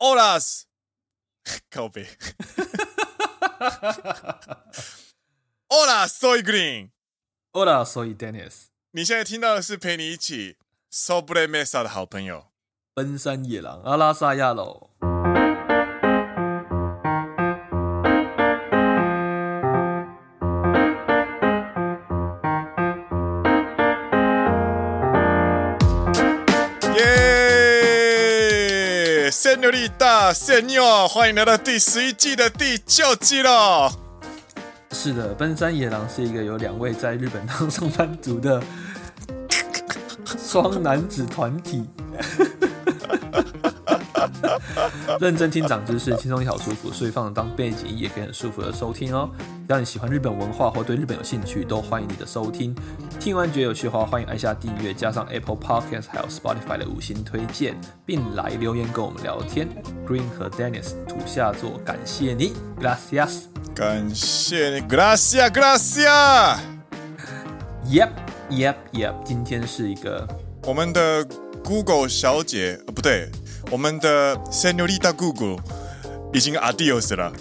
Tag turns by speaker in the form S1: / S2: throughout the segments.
S1: horas。靠背。Hola, soy Green。
S2: Hola, soy Dennis。
S1: 你现在听到的是陪你一起 Sobre Mesa 的好朋友。
S2: 奔山野狼阿拉萨亚喽。
S1: 耶！圣牛力大圣牛，欢迎来到第十一季的第九集了。
S2: 是的，奔山野狼是一个有两位在日本当上班族的双男子团体。 认真听长知识，轻松也好舒服，所以放着当背景音也可以很舒服的收听哦。只要你喜欢日本文化或对日本有兴趣，都欢迎你的收听。听完觉得有趣的话，欢迎按下订阅，加上 Apple Podcast 还有 Spotify 的五星推荐，并来留言跟我们聊天。Green 和 Dennis 土下座，感谢你，Gracias。
S1: 感谢你，Gracias, Gracias。
S2: Yep, Yep, Yep，今天是一个
S1: 我们的 Google 小姐，呃，不对，我们的 Senorita Google 已经 adios 了，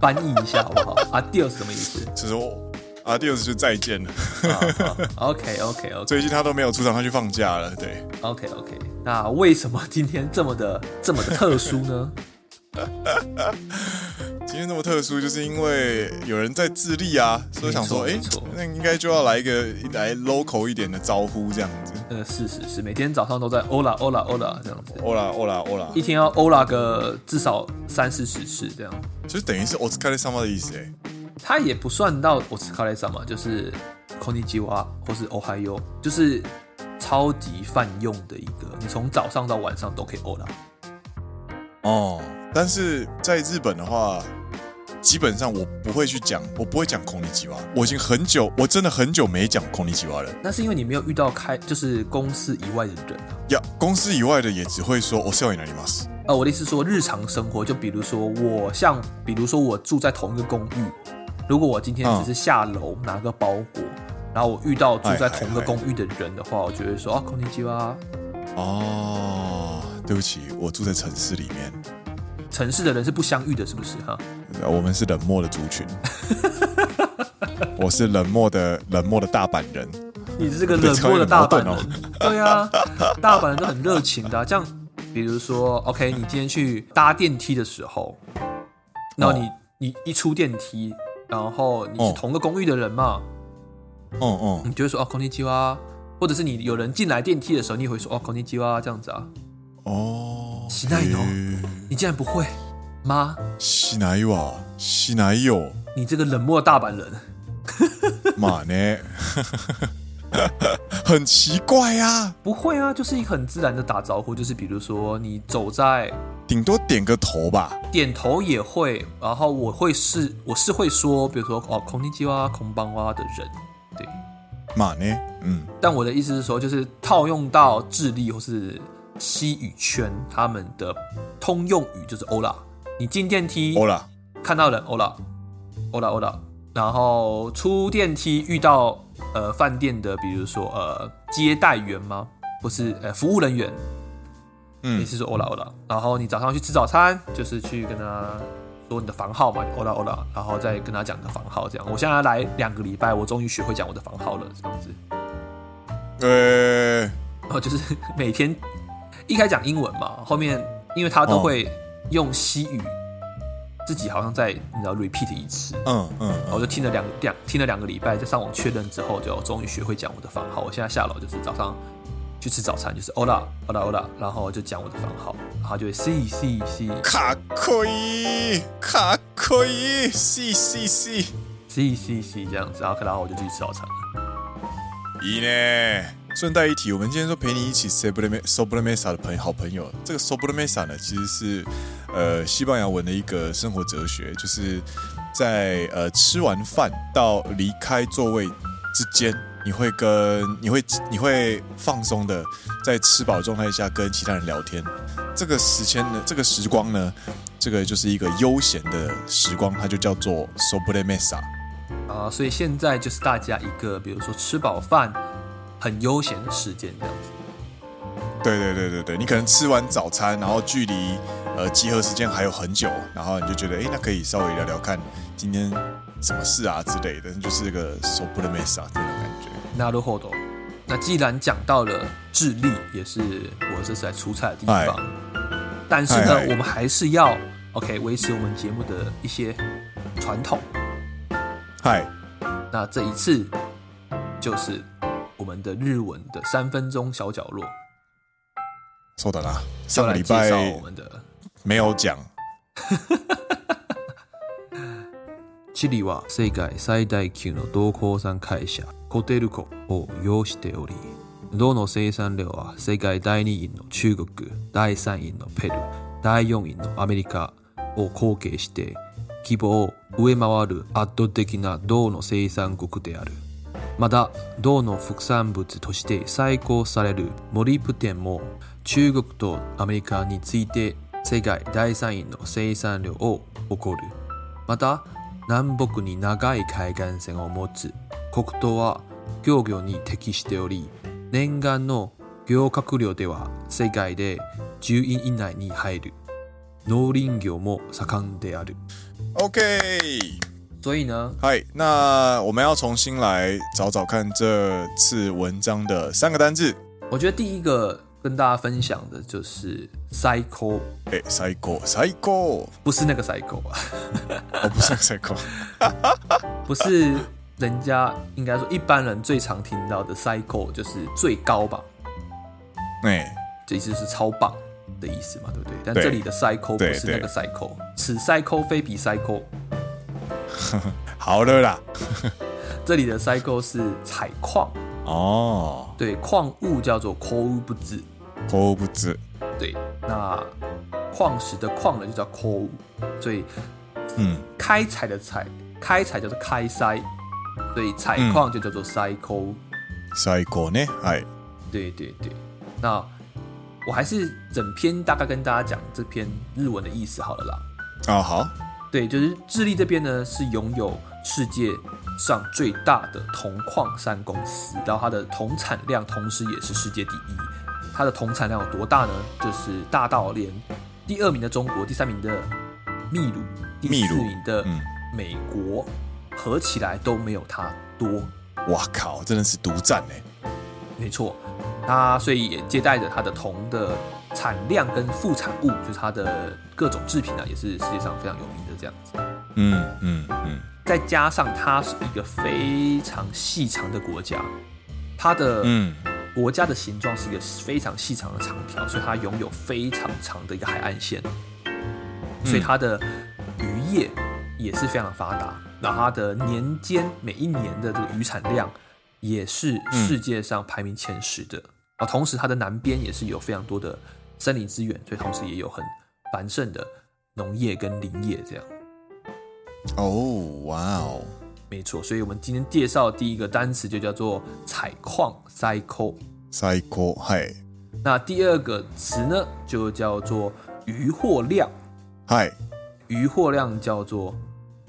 S2: 翻译一下好不好？Adios 什么意思？
S1: 就是我 adios 就再见了。
S2: 啊 OK OK OK
S1: 最近她都没有出场，她去放假了。对，
S2: OK OK，那为什么今天这么的这么的特殊呢？
S1: 今天这么特殊，就是因为有人在智利啊，所以想说，
S2: 没
S1: 哎
S2: 错没错，
S1: 那应该就要来一个来 local 一点的招呼，这样子。
S2: 呃，是是是，每天早上都在 Ola Ola Ola 这样子，
S1: Hola, hola, hola，
S2: 一天要 Ola 个至少三四十次这样。
S1: 就是等于是 o s c a r s a m a 的意思哎。
S2: 他也不算到我吃卡雷萨嘛，就是 k o n i j i w a 或是 Ohio，就是超级泛用的一个，你从早上到晚上都可以 Ola。
S1: 哦，但是在日本的话，基本上我不会去讲，我不会讲孔尼基娃，我已经很久，我真的很久没讲孔尼基娃了。
S2: 那是因为你没有遇到开就是公司以外的人啊。
S1: 呀，公司以外的也只会说我是要你哪里吗？
S2: 呃，我的意思是说，日常生活，就比如说我像，比如说我住在同一个公寓，如果我今天只是下楼拿个包裹，然后我遇到住在同一个公寓的人的话，我就会说啊，こんにちは。
S1: 哦，对不起，我住在城市里面，
S2: 城市的人是不相遇的，是不是哈？
S1: 呃我们是冷漠的族群。 我是冷漠的冷漠的大阪人，
S2: 你这个冷漠的大阪人，对啊，大阪人都很热情的啊、这样，比如说，OK，你今天去搭电梯的时候，然后你、你一出电梯，然后你是
S1: 哦
S2: 同个公寓的人嘛，
S1: 嗯嗯，
S2: 你就会说哦，こんにちは，或者是你有人进来电梯的时候，你也会说哦，こんにちは这样子啊。
S1: 哦，
S2: しないの
S1: へー
S2: 你竟然不会妈，
S1: しないわ、しないよ。
S2: 你这个冷漠的大阪人，
S1: 嘛呢， 很奇怪啊，
S2: 不会啊，就是一个很自然的打招呼，就是比如说你走在
S1: 顶多点个头吧。
S2: 点头也会，然后我会是我是会说，比如说哦，こんにちは、こんばんは的人，对。
S1: 嘛呢，嗯，
S2: 但我的意思是说，就是套用到智利或是西语圈，他们的通用语就是 “ola”。你进电梯
S1: 好啦，
S2: 看到人 “ola”。Ola Ola，然后出电梯遇到呃饭店的，比如说呃接待员吗？不是，呃服务人员，
S1: 嗯
S2: 也是说 Ola Ola。然后你早上去吃早餐，就是去跟他说你的房号嘛，Ola Ola，然后再跟他讲你的房号，这样。我现在来两个礼拜，我终于学会讲我的房号了，这样子。
S1: 呃，
S2: 然后就是每天一开始讲英文嘛，后面因为他都会用西语，自己好像在你知道 repeat 一次。
S1: 嗯嗯
S2: 然后
S1: 嗯，
S2: 就听了两两听了两个礼拜，在上网确认之后，就终于学会讲我的房号。我现在下楼就是早上去吃早餐，就是 Ola Ola Ola，然后就讲我的房号，然后就会 C C C
S1: 卡可以，卡可以，是是是，
S2: C C C 这样子，然后然后我就去吃早餐了。
S1: いい呢。顺带一提，我们今天说陪你一起 Sobre Sobre Mesa 的朋好朋友，这个 Sobre Mesa 呢，其实是呃西班牙文的一个生活哲学，就是在呃吃完饭到离开座位之间，你会跟你会你会放松的，在吃饱状态下跟其他人聊天。这个时间呢，这个时光呢，这个就是一个悠闲的时光，它就叫做 sobre mesa。
S2: 啊，所以现在就是大家一个，比如说吃饱饭很悠闲的时间这样子。
S1: 对对对对对，你可能吃完早餐，然后距离呃集合时间还有很久，然后你就觉得，哎，那可以稍微聊聊看今天什么事啊之类的，就是个手不能没事啊这种感觉。
S2: 那如后头，那既然讲到了智利，也是我这次来出差的地
S1: 哎
S2: 方，但是呢
S1: 哎哎，
S2: 我们还是要 OK 维持我们节目的一些传统。
S1: 嗨，
S2: 那这一次就是我们的日文的三分钟小角落，
S1: 稍等啦，
S2: 就
S1: 上个
S2: 来
S1: 礼
S2: 介绍我
S1: 拜
S2: 们的
S1: 没有讲，
S2: チリは世界最大級の同鉱山会社コテルコを擁しており銅の生産量は世界第2位の中国第3位のペルー第4位のアメリカを後継して規模を上回る圧倒的な銅の生産国であるまた銅の副産物として採鉱されるモリプテンも中国とアメリカについて世界第3位の生産量を誇るまた南北に長い海岸線を持つ国東は漁業に適しており念願の漁獲量では世界で10位以内に入る農林業も盛んである
S1: OK。
S2: 所以呢
S1: 嗨，那我们要重新来找找看这次文章的三个单字。
S2: 我觉得第一个跟大家分享的就是塞 y
S1: 哎、最高，最高，哦，
S2: 不是那个塞 y 啊，
S1: 不是最高，
S2: 不是人家应该说一般人最常听到的塞 y 就是最高吧，
S1: 哎、
S2: 这意思是超棒的意思嘛，对不对？但
S1: 对
S2: 这里的塞 y 不
S1: 对
S2: 是那个塞 y 此塞 y 非彼塞 y
S1: 好了啦，
S2: 这里的塞 y 是采矿，
S1: 哦，
S2: 对，矿物叫做 k o 不字，
S1: 口不知，
S2: 对，那矿石的矿呢就叫 k o 所以
S1: 嗯，
S2: 开采的采，开采叫做开塞，所以采矿就叫做塞抠、
S1: 最高呢，哎，
S2: 对对对，那我还是整篇大概跟大家讲这篇日文的意思好了啦。
S1: 啊、好，
S2: 对，就是智利这边呢是拥有世界上最大的铜矿山公司，然后它的铜产量同时也是世界第一。它的铜产量有多大呢？就是大到连第二名的中国、第三名的秘鲁、第
S1: 秘
S2: 四
S1: 鲁
S2: 名的
S1: 嗯
S2: 美国、合起来都没有它多。
S1: 哇靠，真的是独占哎，
S2: 没错，它所以也接待着它的铜的产量跟副产物，就是它的各种制品啊，也是世界上非常有名的这样子。
S1: 嗯嗯嗯，
S2: 再加上它是一个非常细长的国家，它的
S1: 嗯，
S2: 国家的形状是一个非常细长的长条，所以它拥有非常长的一个海岸线，所以它的渔业也是非常发达。然后它的年间每一年的这个渔产量也是世界上排名前十的。啊，同时它的南边也是有非常多的森林资源，所以同时也有很繁盛的农业跟林业这样。
S1: 哦，哇哦，
S2: 没错，所以我们今天介绍的第一个单词就叫做采矿 cycle，
S1: 最高，嗨
S2: 那第二个词呢就叫做渔获量，
S1: 嗨，
S2: 渔获量叫做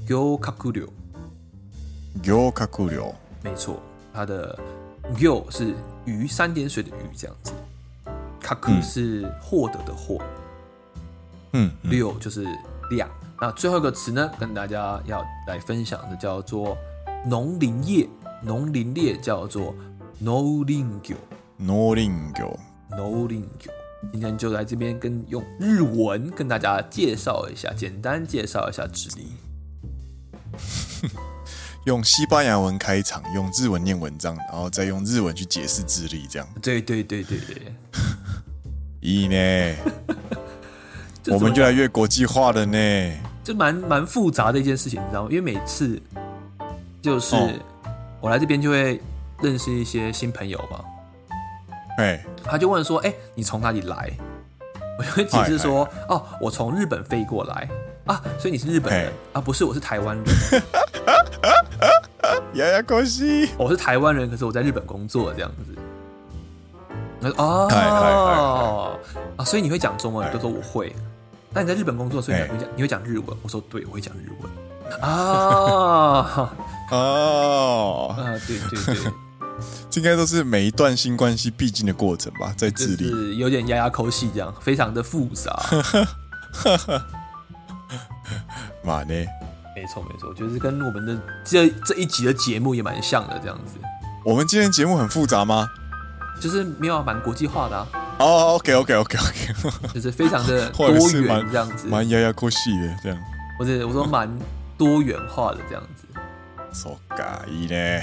S2: g o k a k u r y
S1: 有卡库流，
S2: 没错，它的 g o 是鱼三点水的鱼这样子 k a k u
S1: 嗯
S2: 是获得的获，
S1: 嗯，嗯
S2: 六就是量。那最后一个词呢，跟大家要来分享的叫做农林业，农林业叫做 no l i n g o
S1: 诺林有，
S2: No l i n k 今天就来这边跟用日文跟大家介绍一下，简单介绍一下智利。
S1: 用西班牙文开场，用日文念文章，然后再用日文去解释智利，这样。
S2: 对对对对对，
S1: 咦呢，
S2: 这
S1: 我
S2: 怎么
S1: 们越来越国际化了呢。
S2: 这蛮蛮复杂的一件事情，你知道吗？因为每次就是、
S1: 哦
S2: 我来这边就会认识一些新朋友嘛，
S1: 哎，
S2: 他就问说：“哎、你从哪里来？”我就会解释说：“哦，我从日本飞过来啊，所以你是日本人
S1: 嘿
S2: 啊？不是，我是台湾人，
S1: 呀呀，可惜。
S2: 哦我是台湾人，可是我在日本工作这样子。”他说：“
S1: 嗨嗨嗨
S2: 哦，啊，所以你会讲中文？”
S1: 嗨
S2: 就说我会。那你在日本工作，所以你
S1: 嘿
S2: 会讲你会讲日文？我说对，我会讲日 文。啊
S1: 哦，
S2: 啊，对对对，
S1: 这应该都是每一段新关系必经的过程吧，在
S2: 就
S1: 智利。
S2: 是有点压压口戏这样，非常的复 杂。
S1: 马呢？
S2: 没错没错，我觉得跟我们的这这一集的节目也蛮像的，这样子，
S1: 我们今天节目很复杂吗？
S2: 就是没有蛮国际化 的、啊，
S1: 哦、o k OK OK OK，
S2: 就是非常的
S1: 或
S2: 多
S1: 者是
S2: 元
S1: 蛮
S2: 这样子，
S1: 蛮压压过戏的这样。
S2: 或者我说蛮多元化的这样子。
S1: So ga いいね。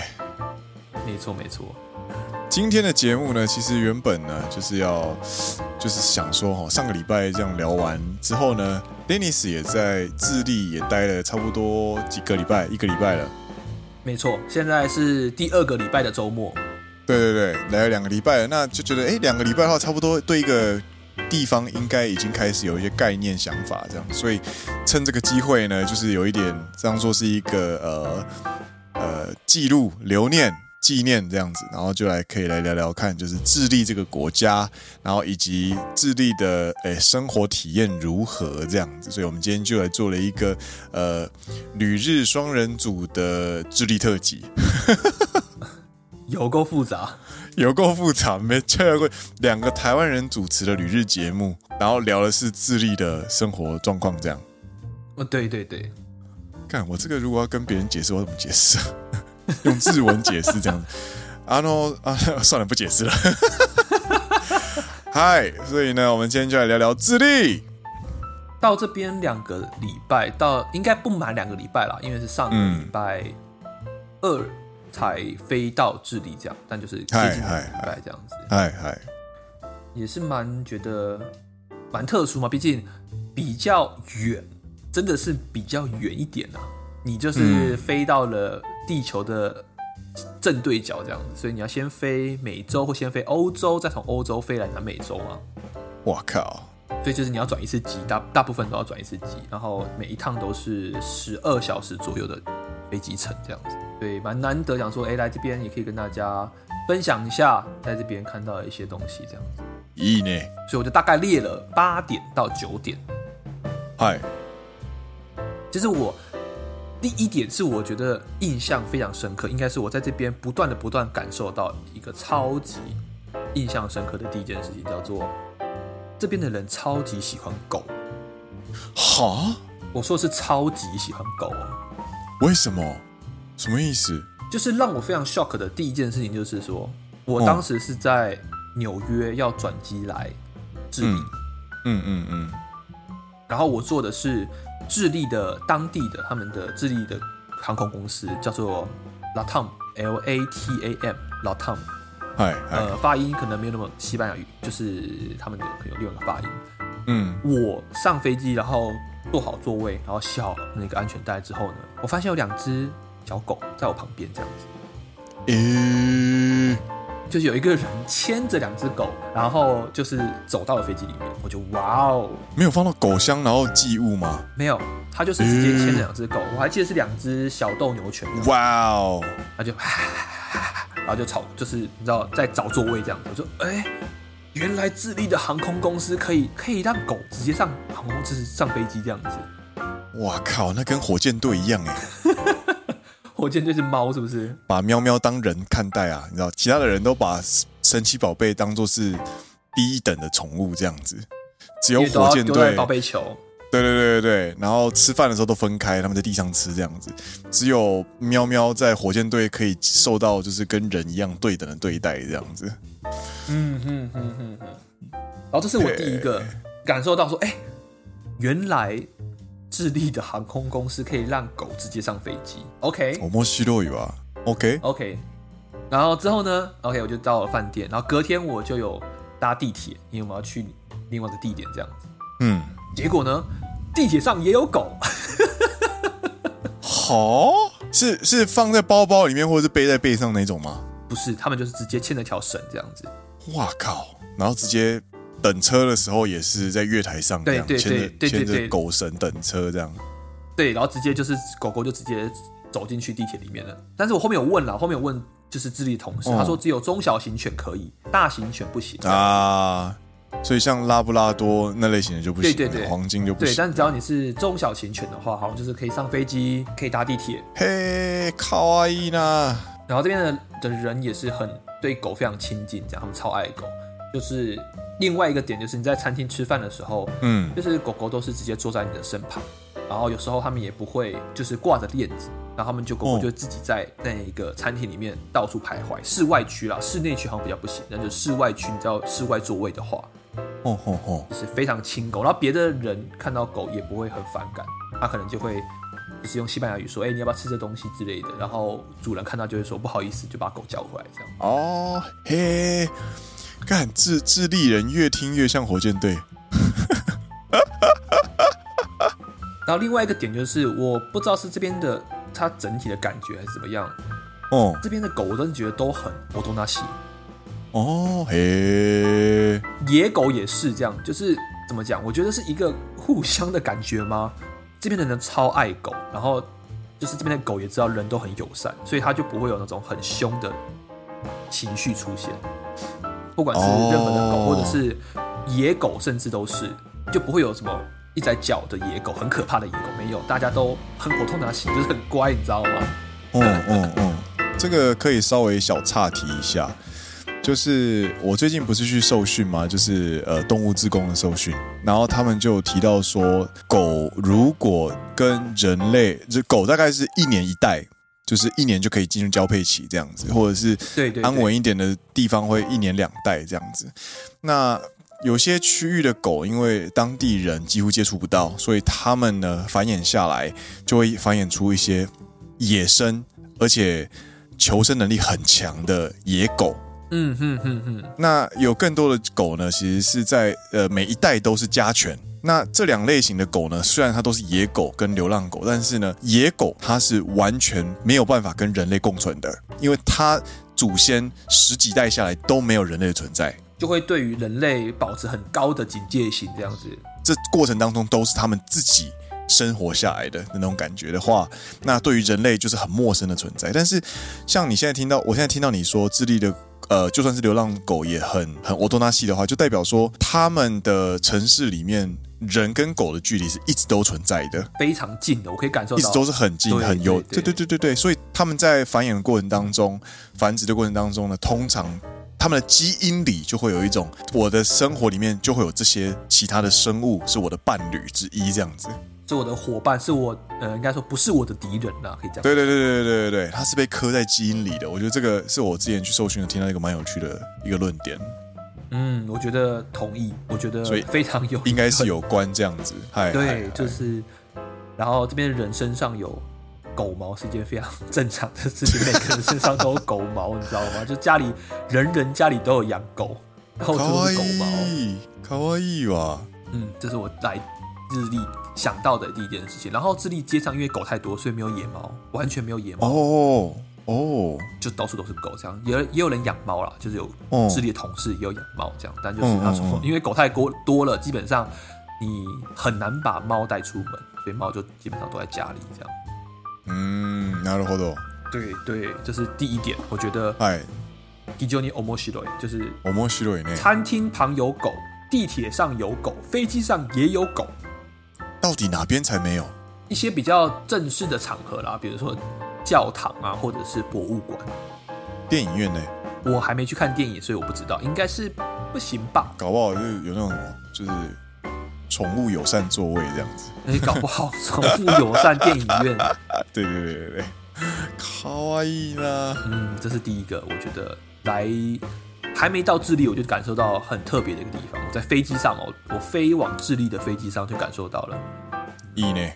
S2: 没错没错，
S1: 今天的节目呢，其实原本呢就是要，就是想说哈，上个礼拜这样聊完之后呢，Dennis 也在智利也待了差不多几个礼拜，一个礼拜了。
S2: 没错，现在是第二个礼拜的周末，
S1: 对对对，来了两个礼拜了，那就觉得哎，两个礼拜的话，差不多对一个地方应该已经开始有一些概念想法，这样，所以趁这个机会呢，就是有一点这样说是一个呃呃记录留念。纪念这样子，然后就来可以来聊聊看，就是智利这个国家，然后以及智利的诶、生活体验如何这样子，所以我们今天就来做了一个呃旅日双人组的智利特辑。
S2: 有够复杂。
S1: 有够复杂，没就有过两个台湾人主持的旅日节目，然后聊的是智利的生活状况，这样。
S2: 哦，对对对，
S1: 看我这个，如果要跟别人解释，我怎么解释啊？ 用日文解释这样。啊 no 啊， 算了，不解释了。嗨，所以呢，我们今天就来聊聊智利。
S2: 到这边两个礼拜，到应该不满两个礼拜啦，因为是上个礼拜嗯二才飞到智利这样，但就是接近两个礼拜这样子，
S1: 嗨嗨，
S2: 也是蛮觉得蛮特殊嘛，毕竟比较远，真的是比较远一点啊，你就是飞到了地球的。正对角这样子，所以你要先飞美洲，或先飞欧洲，再从欧洲飞来南美洲嘛。
S1: 我靠，
S2: 所以就是你要转一次机，大大部分都要转一次机，然后每一趟都是十二小时左右的飞机程这样子，对，蛮难得。想说，哎、来这边也可以跟大家分享一下，在这边看到的一些东西这样子，
S1: いいね。
S2: 所以我就大概列了八点到九点。
S1: 嗨，
S2: 其实我第一点是我觉得印象非常深刻，应该是我在这边不断的不断感受到一个超级印象深刻的第一件事情，叫做这边的人超级喜欢狗。
S1: 哈？
S2: 我说的是超级喜欢狗哦。
S1: 为什么？什么意思？
S2: 就是让我非常 shock 的第一件事情就是说，我当时是在纽约要转机来智利，
S1: 嗯嗯嗯嗯，
S2: 然后我坐的是智利的当地的他们的智利的航空公司，叫做 LATAM L A T A M LATAM，
S1: 嗨嗨，
S2: 呃，发音可能没有那么西班牙语，就是他们的可能有另外一个发音。
S1: 嗯
S2: 我上飞机，然后坐好座位，然后系好那个安全带之后呢，我发现有两只小狗在我旁边这样子。
S1: 嗯诶。
S2: 就是有一个人牵着两只狗，然后就是走到了飞机里面，我就哇哦，
S1: 没有放到狗箱，然后寄物吗？
S2: 没有，他就是直接牵着两只狗，我还记得是两只小斗牛犬，
S1: 哇哦，
S2: 他就，然后就吵，就是你知道在找座位这样，我说哎、原来智利的航空公司可以可以让狗直接上航空公司上飞机这样子，
S1: 哇靠，那跟火箭队一样哎，
S2: 火箭队是猫是不是？
S1: 把喵喵当人看待啊，你知道，其他的人都把神奇宝贝当做是低一等的宠物这样子，只有
S2: 因为都
S1: 火
S2: 要
S1: 箭
S2: 丢在
S1: 队，
S2: 宝贝球，
S1: 对对对对对，然后吃饭的时候都分开，他们在地上吃这样子，只有喵喵在火箭队可以受到就是跟人一样对等的对待这样子，
S2: 嗯哼哼哼哼。然后这是我第一个感受到说，哎、原来智利的航空公司可以让狗直接上飞机。OK
S1: 我摸西洛语啊，OK，
S2: OK。然后之后呢？OK，我就到了饭店，然后隔天我就有搭地铁，因为我们要去另外一个地点这样子。
S1: 嗯，
S2: 结果呢，地铁上也有狗，
S1: 好，是是放在包包里面或者是背在背上那种吗？
S2: 不是，他们就是直接牵了条绳这样子。
S1: 哇靠！然后直接等车的时候也是在月台上这
S2: 对
S1: 样
S2: 对
S1: 牵
S2: 对
S1: 着
S2: 对
S1: 牵
S2: 对
S1: 着
S2: 对
S1: 狗绳等车这样。
S2: 对，然后直接就是狗狗就直接走进去地铁里面了。但是我后面有问了，后面有问就是智利的同事，
S1: 哦
S2: 他说只有中小型犬可以，大型犬不行。
S1: 啊，所以像拉布拉多那类型的就不行了，
S2: 对对对
S1: 黄金就不
S2: 对，
S1: 行。
S2: 但只要你是中小型犬的话，好像就是可以上飞机，可以搭地铁。
S1: 嘿，卡哇伊呢？
S2: 然后这边的的人也是很对狗非常亲近，这样他们超爱狗。就是另外一个点，就是你在餐厅吃饭的时候，
S1: 嗯，
S2: 就是狗狗都是直接坐在你的身旁，然后有时候它们也不会就是挂着链子，然后它们就狗狗
S1: 哦
S2: 就会自己在那一个餐厅里面到处徘徊。室外区啦，室内区好像比较不行，但就是室外区，你知道室外座位的话，
S1: 吼吼吼，
S2: 就是非常亲狗，然后别的人看到狗也不会很反感，他可能就会就是用西班牙语说，哎、你要不要吃这东西之类的，然后主人看到就会说不好意思，就把狗叫回来这样。
S1: 哦嘿，干智智利人越听越像火箭队，
S2: 然后另外一个点就是，我不知道是这边的它整体的感觉还是怎么样，
S1: 哦
S2: 这边的狗我真的觉得都很我都那西，
S1: 哦嘿，
S2: 野狗也是这样，就是怎么讲？我觉得是一个互相的感觉吗？ 这边的人超爱狗，然后就是这边的狗也知道人都很友善，所以它就不会有那种很凶的情绪出现。不管是任何的狗，
S1: 哦
S2: 或者是野狗，甚至都是就不会有什么一直在叫的野狗，很可怕的野狗没有，大家都很火痛拿起，就是很乖，你知道吗？
S1: 哦哦哦，这个可以稍微小岔题一下，就是我最近不是去受训吗？就是呃动物志工的受训，然后他们就有提到说，狗如果跟人类，就狗大概是一年一代，就是一年就可以进入交配期这样子，或者是
S2: 对对对
S1: 安稳一点的地方会一年两代这样子。那有些区域的狗，因为当地人几乎接触不到，所以它们呢繁衍下来就会繁衍出一些野生而且求生能力很强的野狗。
S2: 嗯哼哼哼，
S1: 那有更多的狗呢，其实是在呃每一代都是家犬。那这两类型的狗呢，虽然它都是呃野狗跟流浪狗，但是呢，野狗它是完全没有办法跟人类共存的，因为它祖先十几代下来都没有人类的存在。
S2: 就会对于人类保持很高的警戒心，这样子。
S1: 这过程当中都是他们自己生活下来的那种感觉的话，那对于人类就是很陌生的存在。但是像你现在听到，我现在听到你说智利的。呃，就算是流浪狗也很很欧多纳西的话，就代表说他们的城市里面人跟狗的距离是一直都存在的。
S2: 非常近的，我可以感受
S1: 一直
S2: 到。
S1: 都是很近
S2: 对
S1: 很优，
S2: 对
S1: 对对
S2: 对
S1: 对对对，所以他们在繁衍的过程当中，繁殖的过程当中呢，通常他们的基因里就会有一种，我的生活里面就会有这些其他的生物是我的伴侣之一这样子。
S2: 是我的伙伴，是我呃，应该说不是我的敌人啦，可以这样。
S1: 对对对对对对对对，它是被刻在基因里的。我觉得这个是我之前去受训的听到一个蛮有趣的一个论点，
S2: 嗯，我觉得同意，我觉得
S1: 所以
S2: 非常有，
S1: 应哎该是有关这样子。嗨，嗨
S2: 对，
S1: 嗨
S2: 就是，然后这边人身上有狗毛是一件非常正常的事情，每个人身上都有狗毛，你知道 吗？就家里人人家里都有养狗，然后
S1: か
S2: 都
S1: わ
S2: 是狗毛。
S1: いい，かわいい哇！
S2: 嗯，这是我来智利想到的第一件事情。然后智利街上因为狗太多，所以没有野猫，完全没有野猫，
S1: 哦哦
S2: 就到处都是狗这样。也有也有人养猫啦，就是有
S1: 哦，
S2: 智利的同事也有养猫这样，但就是
S1: 嗯嗯
S2: 他说，
S1: 嗯
S2: 因为狗太多多了，基本上你很难把猫带出门，所以猫就基本上都在家里这样。
S1: 嗯，なるほど。
S2: 对对，这是第一点，我觉得
S1: 嗨，
S2: 非常に面白い，就是
S1: 面白いね。
S2: 餐厅旁有狗，地铁上有狗，飞机上也有狗。
S1: 到底哪边才没有？
S2: 一些比较正式的场合啦，比如说教堂啊，或者是博物馆，
S1: 电影院呢？
S2: 我还没去看电影，所以我不知道，应该是不行吧？
S1: 搞不好就是有那种就是宠物友善座位这样子。
S2: 而哎且搞不好 宠物友善电影院，
S1: 啊，对对对对对，かわいいな。
S2: 嗯，这是第一个，我觉得来还没到智利，我就感受到很特别的一个地方。我在飞机上哦，我飞往智利的飞机上就感受到了。
S1: いいね。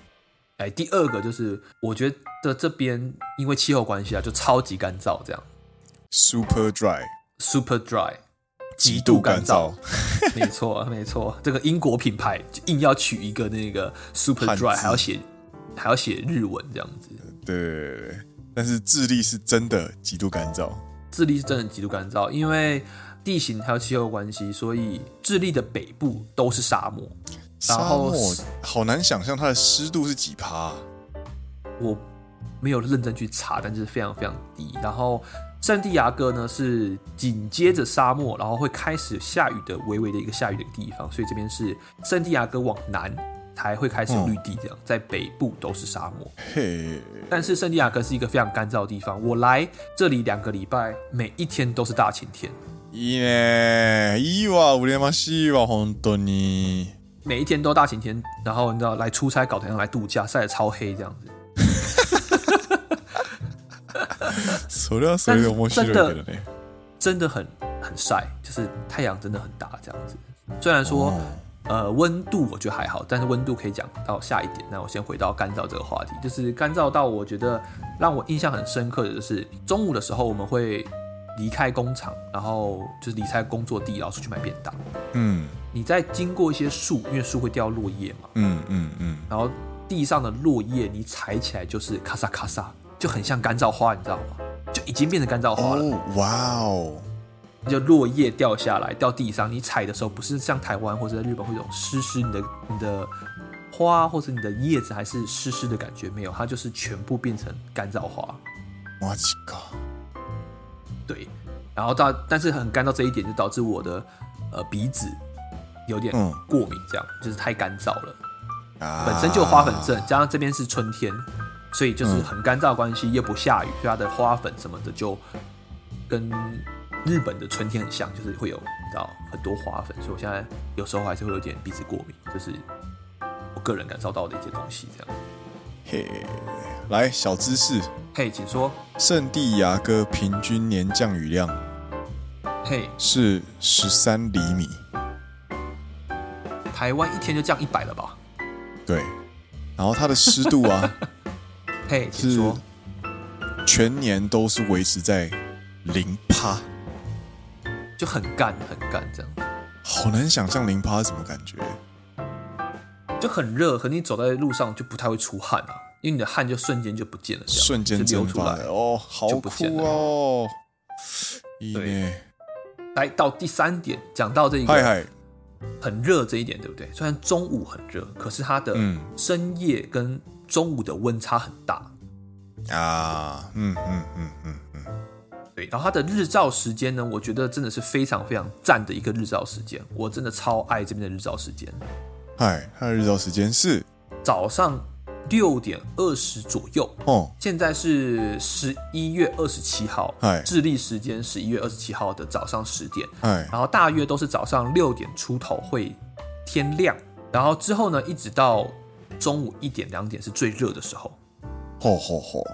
S2: 哎，第二个就是我觉得这边因为气候关系啊，就超级干燥，这样
S1: Super dry，
S2: super dry，
S1: 极度干燥，
S2: 没错没错，这个英国品牌就硬要取一个那个 super
S1: 汉字
S2: dry，还要写还要写日文这样子。
S1: 对对对对对。但是智利是真的极度干燥。
S2: 智利是真的极度干燥，因为地形还有气候关系，所以智利的北部都是沙漠，然
S1: 沙
S2: 后
S1: 漠好难想象它的湿度是几趴、
S2: 我没有认真去查，但是非常非常低。然后圣地亚哥呢是紧接着沙漠，然后会开始下雨的微微的一个下雨的一个地方，所以这边是圣地亚哥往南才会开始有绿地，这样、在北部都是沙漠。
S1: 嘿，
S2: 但是圣地亚哥是一个非常干燥的地方，我来这里两个礼拜，每一天都是大晴天，
S1: いいね。いいわ、羨ましいわ、本当に。
S2: 每一天都大晴天。然后你知道来出差搞得像来度假，晒得超黑这样子。
S1: それはそれで面白いけど
S2: 但
S1: ね。
S2: 真的很很晒，就是太阳真的很大这样子。虽然说、
S1: 哦
S2: 呃温度我觉得还好，但是温度可以讲到下一点。那我先回到干燥这个话题，就是干燥到我觉得让我印象很深刻的就是中午的时候我们会离开工厂，然后就是离开工作地，然后出去买便当。
S1: 嗯
S2: 你在经过一些树，因为树会掉落叶嘛，
S1: 嗯嗯嗯。
S2: 然后地上的落叶你踩起来就是咔嚓咔嚓，就很像干燥花，你知道吗？就已经变成干燥花了。
S1: 哦，哇哦，
S2: 就落叶掉下来掉地上，你踩的时候不是像台湾或者在日本会有种湿湿你的你的花或者你的叶子还是湿湿的感觉，没有，它就是全部变成干燥花。
S1: マジか。
S2: 对，然后到但是很干燥这一点就导致我的呃鼻子有点
S1: 嗯
S2: 过敏，这样、就是太干燥了。
S1: 啊
S2: 本身就花粉症，加上这边是春天，所以就是
S1: 嗯
S2: 很干燥的关系，又不下雨，所以它的花粉什么的就跟日本的春天很像，就是会有你知道很多花粉，所以我现在有时候还是会有点鼻子过敏，就是我个人感受到的一些东西这样。
S1: 嘿，来小知识：
S2: 嘿，请说。
S1: 圣地亚哥平均年降雨量
S2: 嘿，
S1: 是十三厘米。
S2: 台湾一天就降一百了吧？
S1: 对，然后它的湿度 啊
S2: 嘿，请
S1: 是
S2: 说。
S1: 全年都是维持在零趴，
S2: 就很干很干这样，
S1: 好难想象零趴是什么感觉。
S2: 就很热，可你走在路上就不太会出汗啊，因为你的汗就瞬间就不见了，这样
S1: 瞬间
S2: 就
S1: 蒸
S2: 流出
S1: 发
S2: 来。
S1: 哦，好
S2: 就不见
S1: 酷
S2: 了
S1: 哦！一
S2: 对
S1: 年，
S2: 来到第三点，讲到这一
S1: 嗨
S2: 个
S1: 嗨，
S2: 很热这一点，对不对？虽然中午很热，可是它的
S1: 嗯
S2: 深夜跟中午的温差很大，
S1: 啊，嗯嗯嗯嗯嗯，
S2: 对。然后它的日照时间呢，我觉得真的是非常非常赞的一个日照时间，我真的超爱这边的日照时间。
S1: 嗨，它的日照时间是
S2: 早上六点二十左右，
S1: 哦，
S2: 现在是十一月二十七号
S1: 嗨，
S2: 智利时间十一月二十七号的早上十点，
S1: 嗨，
S2: 然后大约都是早上六点出头会天亮，然后之后呢，一直到中午一点两点是最热的时候。
S1: 吼吼吼，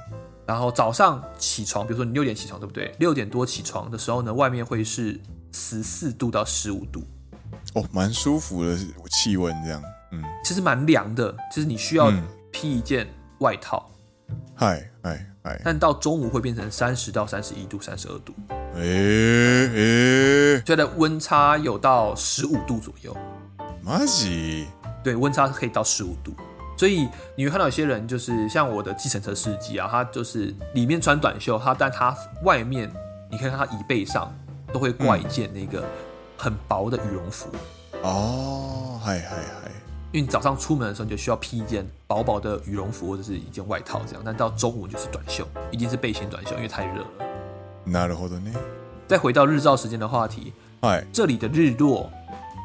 S2: 然后早上起床，比如说你六点起床，对不对？六点多起床的时候呢，外面会是十四度到十五度，
S1: 哦，蛮舒服的气温这样，嗯，
S2: 其实蛮凉的，就是你需要
S1: 嗯
S2: 披一件外套。
S1: 嗨嗨嗨，
S2: 但到中午会变成三十到三十一度、三十二度，
S1: 诶诶，
S2: 所以它的温差有到十五度左右。
S1: マジ？
S2: 对，温差可以到十五度。所以你会看到有些人，就是像我的计程车司机啊，他就是里面穿短袖，他但他外面你可以看他椅背上都会挂一件那个很薄的羽绒服，
S1: 哦，嗨嗨嗨，
S2: 因为你早上出门的时候你就需要披一件薄薄的羽绒服或者是一件外套这样，但到中午就是短袖，一定是背心短袖，因为太热了。
S1: なるほどね。
S2: 再回到日照时间的话题，
S1: 嗨，
S2: 这里的日落，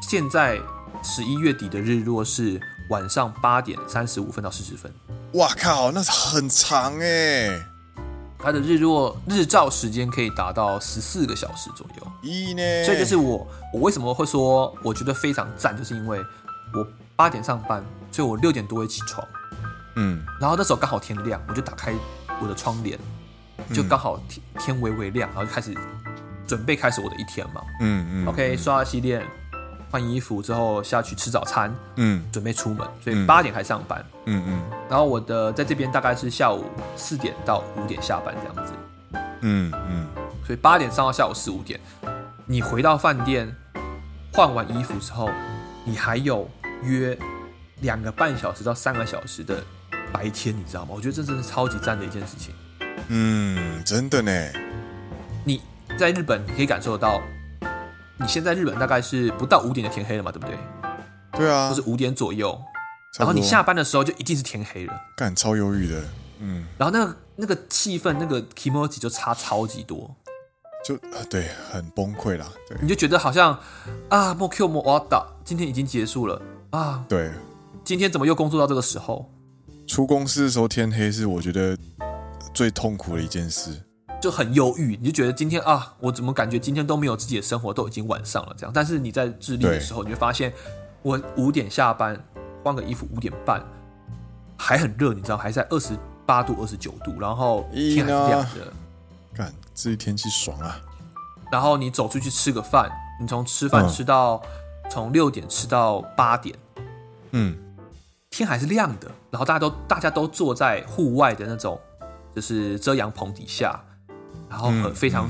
S2: 现在十一月底的日落是晚上八点三十五分到四十分。
S1: 哇靠，那是很长诶。
S2: 它的日落日照时间可以达到十四个小时左右，
S1: いいね。
S2: 所以这是我我为什么会说我觉得非常赞，就是因为我八点上班，所以我六点多会起床，
S1: 嗯，
S2: 然后那时候刚好天亮，我就打开我的窗帘，
S1: 嗯
S2: 就刚好天天微微亮，然后就开始准备开始我的一天嘛。
S1: 嗯嗯
S2: OK，刷牙洗脸，换衣服之后下去吃早餐，
S1: 嗯
S2: 准备出门，所以
S1: 嗯
S2: 八点还上班，
S1: 嗯嗯
S2: 然后我的在这边大概是下午四点到五点下班这样子。
S1: 嗯嗯，
S2: 所以八点上到下午四五点，你回到饭店换完衣服之后，你还有约两个半小时到三个小时的白天，你知道吗？我觉得这真的是超级赞的一件事情。
S1: 嗯，真的呢。
S2: 你在日本，你可以感受得到，你现在日本大概是不到五点就天黑了嘛，对不对？
S1: 对啊，
S2: 或是五点左右，
S1: 差不多
S2: 然后你下班的时候就一定是天黑了，
S1: 干超忧郁的，嗯，
S2: 然后那个那个气氛，那个 k i m o j i 就差超级多。
S1: 就呃对，很崩溃啦，对
S2: 你就觉得好像啊，莫 Q 莫瓦达，今天已经结束了啊，
S1: 对，
S2: 今天怎么又工作到这个时候？
S1: 出公司的时候天黑是我觉得最痛苦的一件事。
S2: 就很忧郁，你就觉得今天啊，我怎么感觉今天都没有自己的生活，都已经晚上了这样。但是你在智利的时候，你就发现我五点下班，换个衣服五点半，还很热，你知道，还在二十八度、二十九度，然后天还是亮的。
S1: 干，这一天气爽啊！
S2: 然后你走出去吃个饭，你从吃饭
S1: 嗯
S2: 吃到从六点吃到八点，
S1: 嗯，
S2: 天还是亮的，然后大家都大家都坐在户外的那种，就是遮阳棚底下，然后很
S1: 嗯
S2: 非常、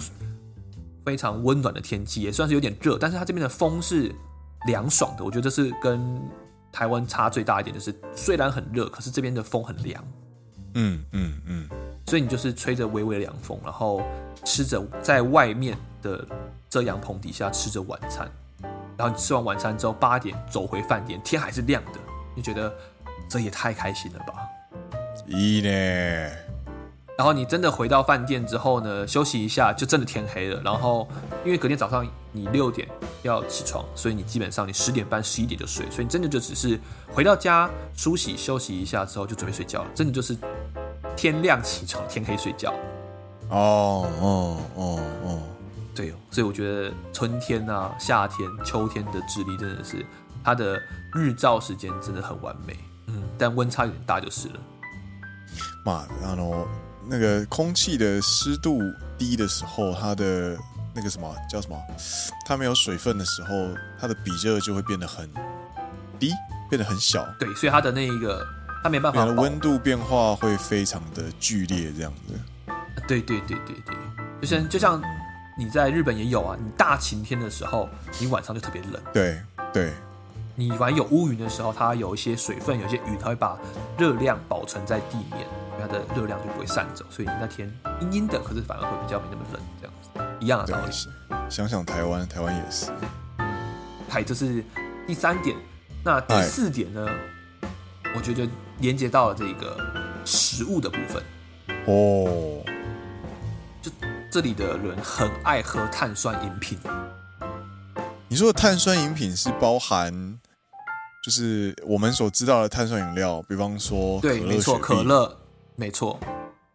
S2: 非常温暖的天气，也算是有点热，但是它这边的风是凉爽的，我觉得这是跟台湾差最大一点，就是虽然很热，可是这边的风很凉，
S1: 嗯嗯嗯，
S2: 所以你就是吹着微微的凉风，然后吃着在外面的遮阳棚底下吃着晚餐，然后你吃完晚餐之后八点走回饭店，天还是亮的，你觉得这也太开心了吧？
S1: 一呢，
S2: 然后你真的回到饭店之后呢，休息一下，就真的天黑了。然后因为隔天早上你六点要起床，所以你基本上你十点半、十一点就睡，所以你真的就只是回到家梳洗休息一下之后就准备睡觉了，真的就是天亮起床，天黑睡觉。
S1: 哦哦哦哦，
S2: 对哦，所以我觉得春天啊、夏天、秋天的智利真的是它的日照时间真的很完美，嗯，但温差有点大就是了。
S1: 妈，然后那个空气的湿度低的时候，它的那个什么叫什么，它没有水分的时候，它的比热就会变得很低，变得很小，
S2: 对，所以它的那一个它没办
S1: 它
S2: 法
S1: 的
S2: 保
S1: 温度变化会非常的剧烈，这样子。
S2: 对对对对对，就像就像你在日本也有啊，你大晴天的时候，你晚上就特别冷；
S1: 对对，
S2: 你晚有乌云的时候，它有一些水分，有一些云，它会把热量保存在地面，它的热量就不会散走，所以你那天阴阴的，可是反而会比较没那么冷，这样子一样啊的
S1: 对
S2: 道理。，
S1: 想想台湾，台湾也是。
S2: 嗨，这是第三点。那第
S1: 嗨
S2: 四点呢？我觉得连接到了这个食物的部分。
S1: 哦，
S2: 这里的人很爱喝碳酸饮品，
S1: 你说的碳酸饮品是包含，就是我们所知道的碳酸饮料，比方说
S2: 对，
S1: 可乐
S2: 没错，
S1: 雪碧
S2: 可乐，没错，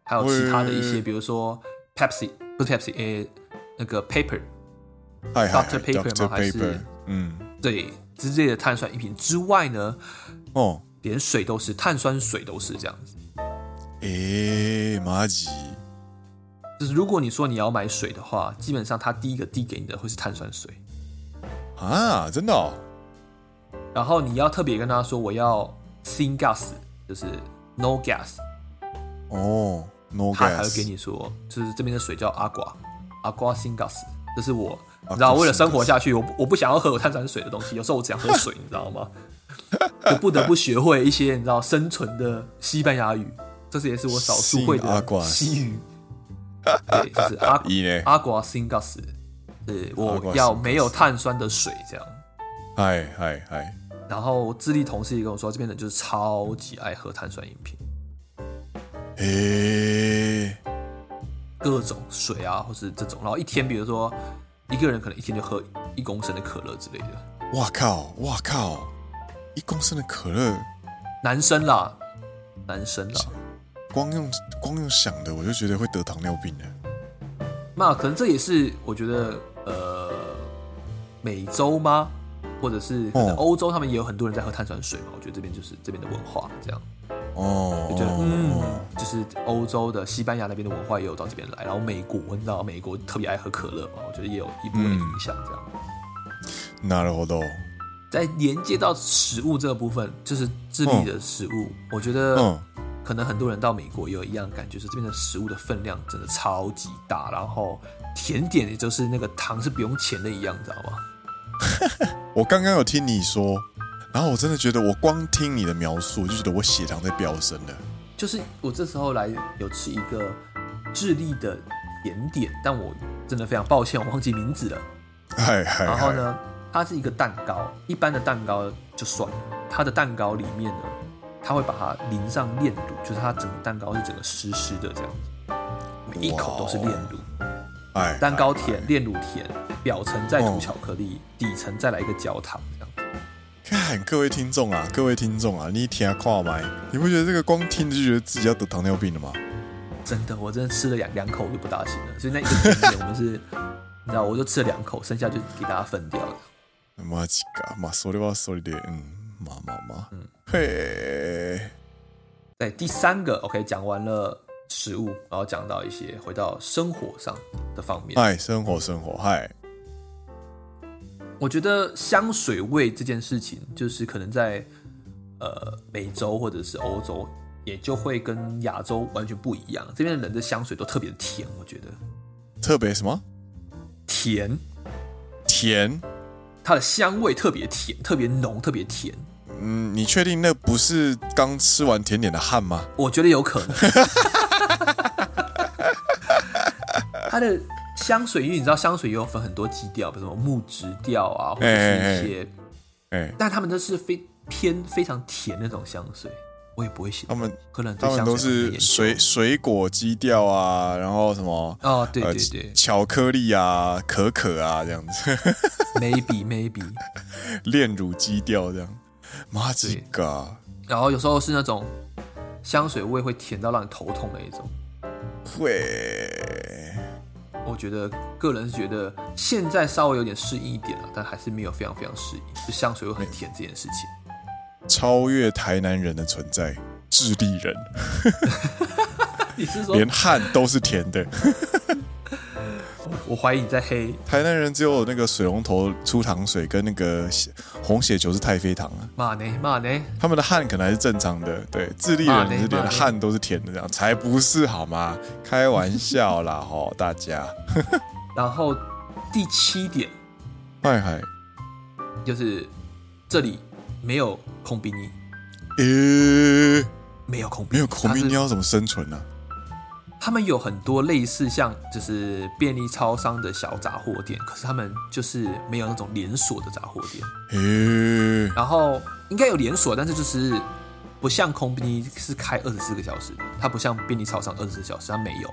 S2: 还有其他的一些，
S1: 喂
S2: 比如说 Pepsi，不是 Pepsi，诶、那个 Paper，
S1: 嗨嗨嗨
S2: Dr. Pepper 吗
S1: Dr.
S2: 还是
S1: Pepper，嗯，
S2: 对之类的碳酸饮品之外呢，
S1: 哦，
S2: 连水都是碳酸水都是这样子。
S1: 诶，马吉，
S2: 就是如果你说你要买水的话，基本上它第一个递给你的会是碳酸水，
S1: 啊，真的、哦，
S2: 然后你要特别跟他说我要 sin gas，就是 no gas，
S1: 哦，no
S2: 他才会
S1: gas，
S2: 给你说，就是这边的水叫阿瓜，阿瓜 sin gas，这是我。
S1: Aqua
S2: 你知道，为了
S1: Sin
S2: 生活
S1: Gas
S2: 下去，我不我不想要喝有碳酸水的东西。有时候我只想喝水，你知道吗？ 我不得不学会一些你知道生存的西班牙语，这是也是我少数会
S1: Sin
S2: 的
S1: Aqua
S2: 西语。对，就是阿
S1: 一呢
S2: 阿瓜 sin gas，是
S1: Aqua
S2: 我
S1: Sin
S2: 要
S1: Gas
S2: 没有碳酸的水这样。
S1: 嗨嗨嗨，
S2: 然后智利同事也跟我说，这边人就是超级爱喝碳酸饮品，
S1: 诶，
S2: 各种水啊，或是这种，然后一天，比如说一个人可能一天就喝一公升的可乐之类的。
S1: 哇靠，哇靠，一公升的可乐，
S2: 男生啦，男生啦，
S1: 光用光用想的，我就觉得会得糖尿病的。
S2: 那可能这也是我觉得呃，美洲吗？或者是可能
S1: 哦
S2: 欧洲他们也有很多人在喝碳酸水嘛？我觉得这边就是这边的文化这样。
S1: 哦，
S2: 我觉得，
S1: 哦
S2: 嗯，就是欧洲的西班牙那边的文化也有到这边来，然后美国，你知道美国特别爱喝可乐嘛，我觉得也有一部分的影响这样。
S1: なるほど。
S2: 再连接到食物这部分，就是智利的食物，我觉得
S1: 嗯，
S2: 可能很多人到美国也有一样的感觉，就是这边的食物的分量真的超级大，然后甜点也就是那个糖是不用钱的一样，你知道吗？
S1: 我刚刚有听你说，然后我真的觉得，我光听你的描述，我就觉得我血糖在飙升了。
S2: 就是我这时候来有吃一个智利的甜点，但我真的非常抱歉，我忘记名字了。
S1: 嗨嗨，
S2: 然后
S1: 嗨？
S2: 呢，它是一个蛋糕，一般的蛋糕就算了，它的蛋糕里面呢，它会把它淋上炼乳，就是它整个蛋糕是整个湿湿的这样子，每一口都是炼乳，
S1: 哎，
S2: 蛋糕
S1: 哎
S2: 甜，炼乳甜，表层再涂巧克力，底层再来一个焦糖这样子。
S1: 哎看各位听众啊，各位听众啊，你听跨麦，你不觉得这个光听着就觉得自己要得糖尿病了吗？
S2: 真的，我真的吃了两两口就不大行了，所以那一个甜点我们是，你知道，我就吃了两口，剩下就给大家分掉了。
S1: マジか。まあ、それはそれで、うん。まあまあまあ。
S2: 嗯
S1: へえ。
S2: 对，第三个 OK，讲完了食物，然后讲到一些回到生活上的方面。
S1: はい、生活生活。はい。
S2: 我觉得香水味这件事情，就是可能在呃美洲或者是欧洲，也就会跟亚洲完全不一样。这边的人的香水都特别的甜，我觉得
S1: 特别什么
S2: 甜，
S1: 甜？
S2: 它的香味特别甜，特别浓，特别甜。
S1: 嗯，你确定那不是刚吃完甜点的汗吗？
S2: 我觉得有可 能。它的香水，因为你知道香水也有分很多基调，比如什么木质调啊，或者是一些，
S1: 哎、
S2: 但他们都是非偏非常甜的那种香水，我也不会喜
S1: 他
S2: 欢。
S1: 们
S2: 可能对
S1: 他们
S2: 香
S1: 都
S2: 水有点
S1: 是
S2: 研究
S1: 水水果基调啊，然后什么
S2: 哦，对
S1: 呃
S2: 对对
S1: 巧克力啊、可可啊这样子，
S2: ，maybe maybe，
S1: 炼乳基调这样。妈吉嘎，
S2: 然后有时候是那种香水味会甜到让你头痛的一种。
S1: 会
S2: 我觉得个人是觉得现在稍微有点适应一点了，但还是没有非常非常适应，就香水味很甜这件事情。
S1: 超越台南人的存在，智利人
S2: 你是说
S1: 连汗都是甜的。
S2: 我怀疑你在黑
S1: 台南人只有那个水龙头出糖水跟那个血红血球是太妃糖啊，
S2: 骂呢骂呢？
S1: 他们的汗可能还是正常的。对，智利
S2: 骂
S1: 人
S2: 嘞
S1: 是
S2: 骂
S1: 连
S2: 嘞
S1: 汗都是甜的，这样才不是好吗？开玩笑啦，吼大家。
S2: 然后第七点
S1: 嗨嗨，
S2: 就是这里没有空比尼，
S1: 诶、
S2: 没有空
S1: 没
S2: 比尼，
S1: 有孔明，
S2: 它
S1: 你
S2: 是
S1: 要怎么生存呢、啊
S2: 他们有很多类似像就是便利超商的小杂货店，可是他们就是没有那种连锁的杂货店。
S1: 哎诶、
S2: 然后应该有连锁，但是就是不像空比尼是开二十四个小时的，它不像便利超商二十四小时，它没有，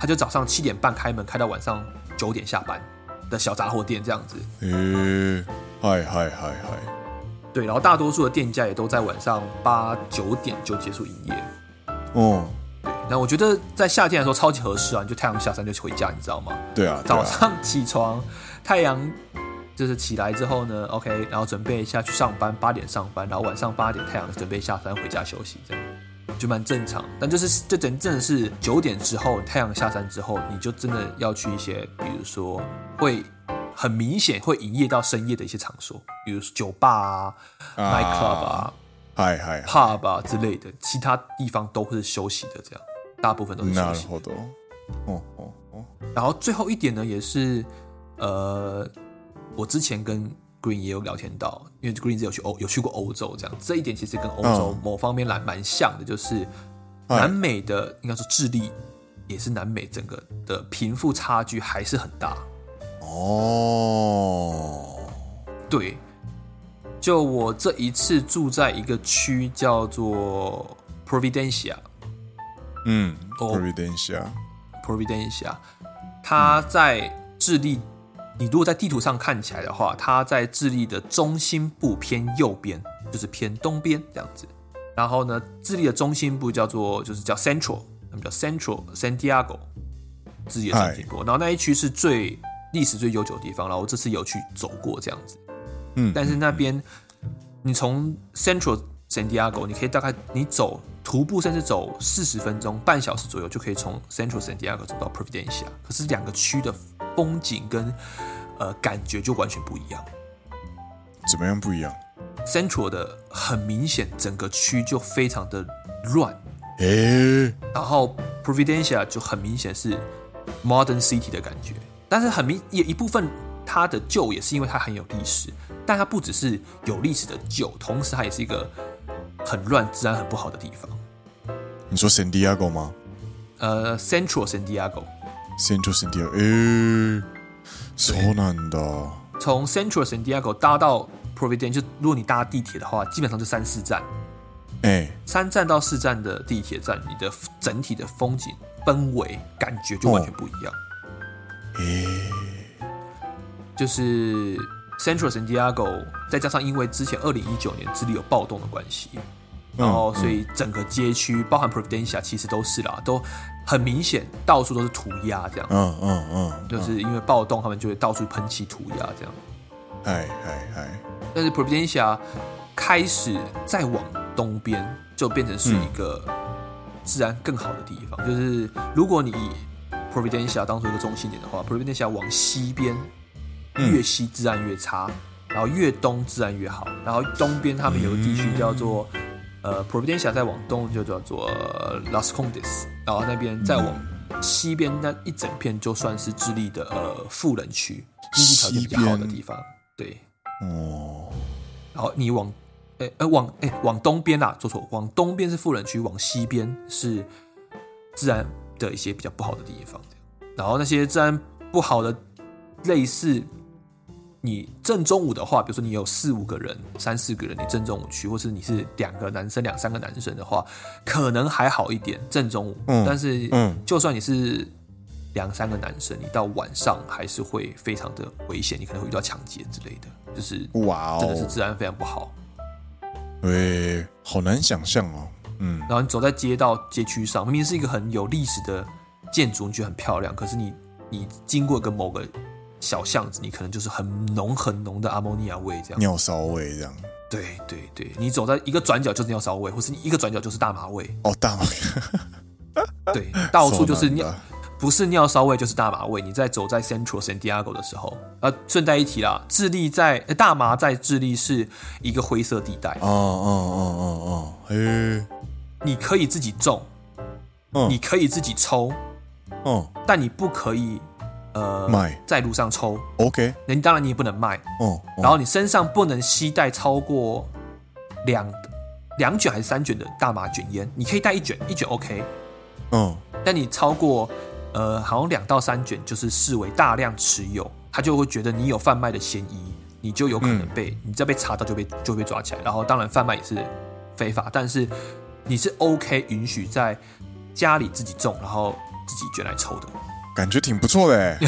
S2: 它就早上七点半开门，开到晚上九点下班的小杂货店这样子。
S1: 哎诶，嗨嗨嗨嗨，
S2: 对，然后大多数的店家也都在晚上八九点就结束营业。
S1: 哦，
S2: 对，那我觉得在夏天来说超级合适啊，你就太阳下山就回家，你知道吗？
S1: 对啊，对
S2: 早
S1: 啊，
S2: 上起床，太阳就是起来之后呢，OK，然后 准备一下去上班，八点上班，然后晚上八点太阳准备下山回家休息，这样就蛮正常。但就是这真正的是九点之后，太阳下山之后，你就真的要去一些，比如说会很明显会营业到深夜的一些场所，比如酒吧啊、
S1: 啊哎
S2: nightclub 啊、
S1: 嗨嗨，嗨
S2: pub 啊之类的，其他地方都是休息的，这样大部分都是
S1: なる
S2: 休息的。
S1: ほど。哦哦哦，
S2: 然后最后一点呢，也是呃，我之前跟 Green 也有聊天到，因为 Green 是有去欧有去过欧洲这样，这一点其实跟欧洲
S1: 嗯
S2: 某方面来蛮像的，就是
S1: 哎
S2: 南美的应该说智利也是南美整个的贫富差距还是很大，
S1: 哦，
S2: 对。就我这一次住在一个区叫做 Providencia，
S1: 嗯
S2: 哦
S1: ，Providencia，
S2: Providencia，它在智利，你如果在地图上看起来的话，它在智利的中心部偏右边，就是偏东边这样子。然后呢，智利的中心部叫做就是叫 Central，那么叫 Central Santiago，智利的中心部。然后那一区是最历史最悠久的地方，然后我这次有去走过这样子。
S1: 嗯
S2: 但是那边你从 Central San Diego，你可以大概你走徒步，甚至走四十分钟、半小时左右，就可以从 Central San Diego 走到 Providencia。可是两个区的风景跟呃感觉就完全不一样。
S1: 怎么样不一样？
S2: Central 的很明显，整个区就非常的乱，
S1: 诶、
S2: 然后 Providencia 就很明显是 modern city 的感觉，但是很明也一部分它的旧也是因为它很有历史，但它不只是有历史的旧，同时它也是一个很乱、治安很不好的地方。
S1: 你说 San Diego 吗
S2: 呃，Central San Diego，
S1: ？Central San Diego，诶、そうなんだ。
S2: 从 Central San Diego 搭到 Providencia，就如果你搭地铁的话，基本上就三四站，
S1: 诶、
S2: 三站到四站的地铁站，你的整体的风景氛围感觉就完全不一样。
S1: 诶、
S2: 就是 Central San Diego，再加上因为之前二零一九年智利有暴动的关系，然后所以整个街区，包含 Providencia，其实都是啦，都很明显，到处都是涂鸦这样，
S1: 嗯嗯嗯，
S2: 就是因为暴动，他们就会到处喷漆涂鸦这样。
S1: 嗨嗨嗨，
S2: 但是 Providencia 开始再往东边，就变成是一个治安更好的地方。就是如果你以 Providencia 当做一个中心点的话，Providencia 往西边越西治安越差，然后越东治安越好。然后东边他们有个地区叫做、呃 Providencia，再往东就叫做呃 Las Condes，然后那边再往西边那一整片就算是智利的呃富人区，经济条件比较好的地方。对，
S1: 哦，
S2: 然后你往，诶、呃往诶、往东边啊，做错，往东边是富人区，往西边是自然的一些比较不好的地方。然后那些自然不好的，类似你正中午的话，比如说你有四五个人、三四个人，你正中午去，或是你是两个男生、两三个男生的话，可能还好一点，正中午。
S1: 嗯
S2: 但是，
S1: 嗯
S2: 就算你是两三个男生，你到晚上还是会非常的危险，你可能会遇到抢劫之类的，就是
S1: 哇
S2: 真的是
S1: 哦，
S2: 治安非常不好。
S1: 哎，好难想象哦，嗯
S2: 然后你走在街道街区上，明明是一个很有历史的建筑，你觉得很漂亮，可是你你经过一个某个小巷子，你可能就是很浓很浓的阿莫尼亚味这样。
S1: 尿骚味这样，
S2: 对对对，你走在一个转角就是尿骚味，或是你一个转角就是大麻味，
S1: 哦，大麻，
S2: 对， 到处就是
S1: 手
S2: 尿
S1: 啊难，
S2: 不是尿骚味就是大麻味。你在走在 Central San Diego 的时候，啊，顺带一提啦，智利在呃大麻在智利是一个灰色地带，
S1: 哦哦哦哦哦，嘿，
S2: 你可以自己种，
S1: 嗯
S2: 你可以自己抽，
S1: 哦
S2: 但你不可以呃
S1: 卖
S2: 在路上抽，
S1: ，OK，
S2: 那你当然你也不能卖，
S1: 哦，
S2: 然后你身上不能携带超过两两卷还是三卷的大麻卷烟，你可以带一卷，一卷 OK，
S1: 嗯
S2: 但你超过呃好像两到三卷就是视为大量持有，他就会觉得你有贩卖的嫌疑，你就有可能被、你再被查到就被就会被抓起来，然后当然贩卖也是非法，但是你是 OK 允许在家里自己种，然后自己卷来抽的。
S1: 感觉挺不错的 欸，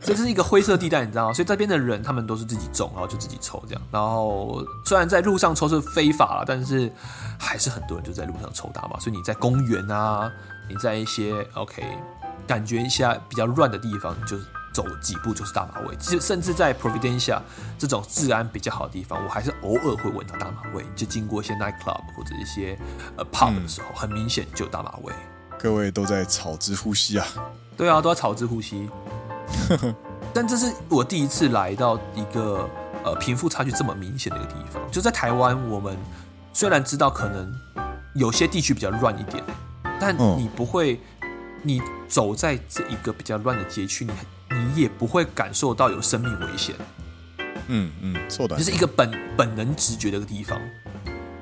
S2: 这是一个灰色地带，你知道吗？所以这边的人他们都是自己种，然后就自己抽这样。然后虽然在路上抽是非法了，但是还是很多人就在路上抽大麻。所以你在公园啊，你在一些 OK 感觉一下比较乱的地方，你就走几步就是大麻味。其实甚至在 Providencia 这种治安比较好的地方，我还是偶尔会闻到大麻味。就经过一些 night club 或者一些呃 pub 的时候，很明显就有大麻味。
S1: 各位都在草之呼吸啊，
S2: 对啊，都要草之呼吸。但这是我第一次来到一个呃贫富差距这么明显的一个地方。就在台湾，我们虽然知道可能有些地区比较乱一点，但
S1: 嗯
S2: 你不会，你走在这一个比较乱的街区，你你也不会感受到有生命危险，
S1: 嗯嗯，そうだ
S2: 就是一
S1: ね，
S2: 个本本能直觉的一个地方。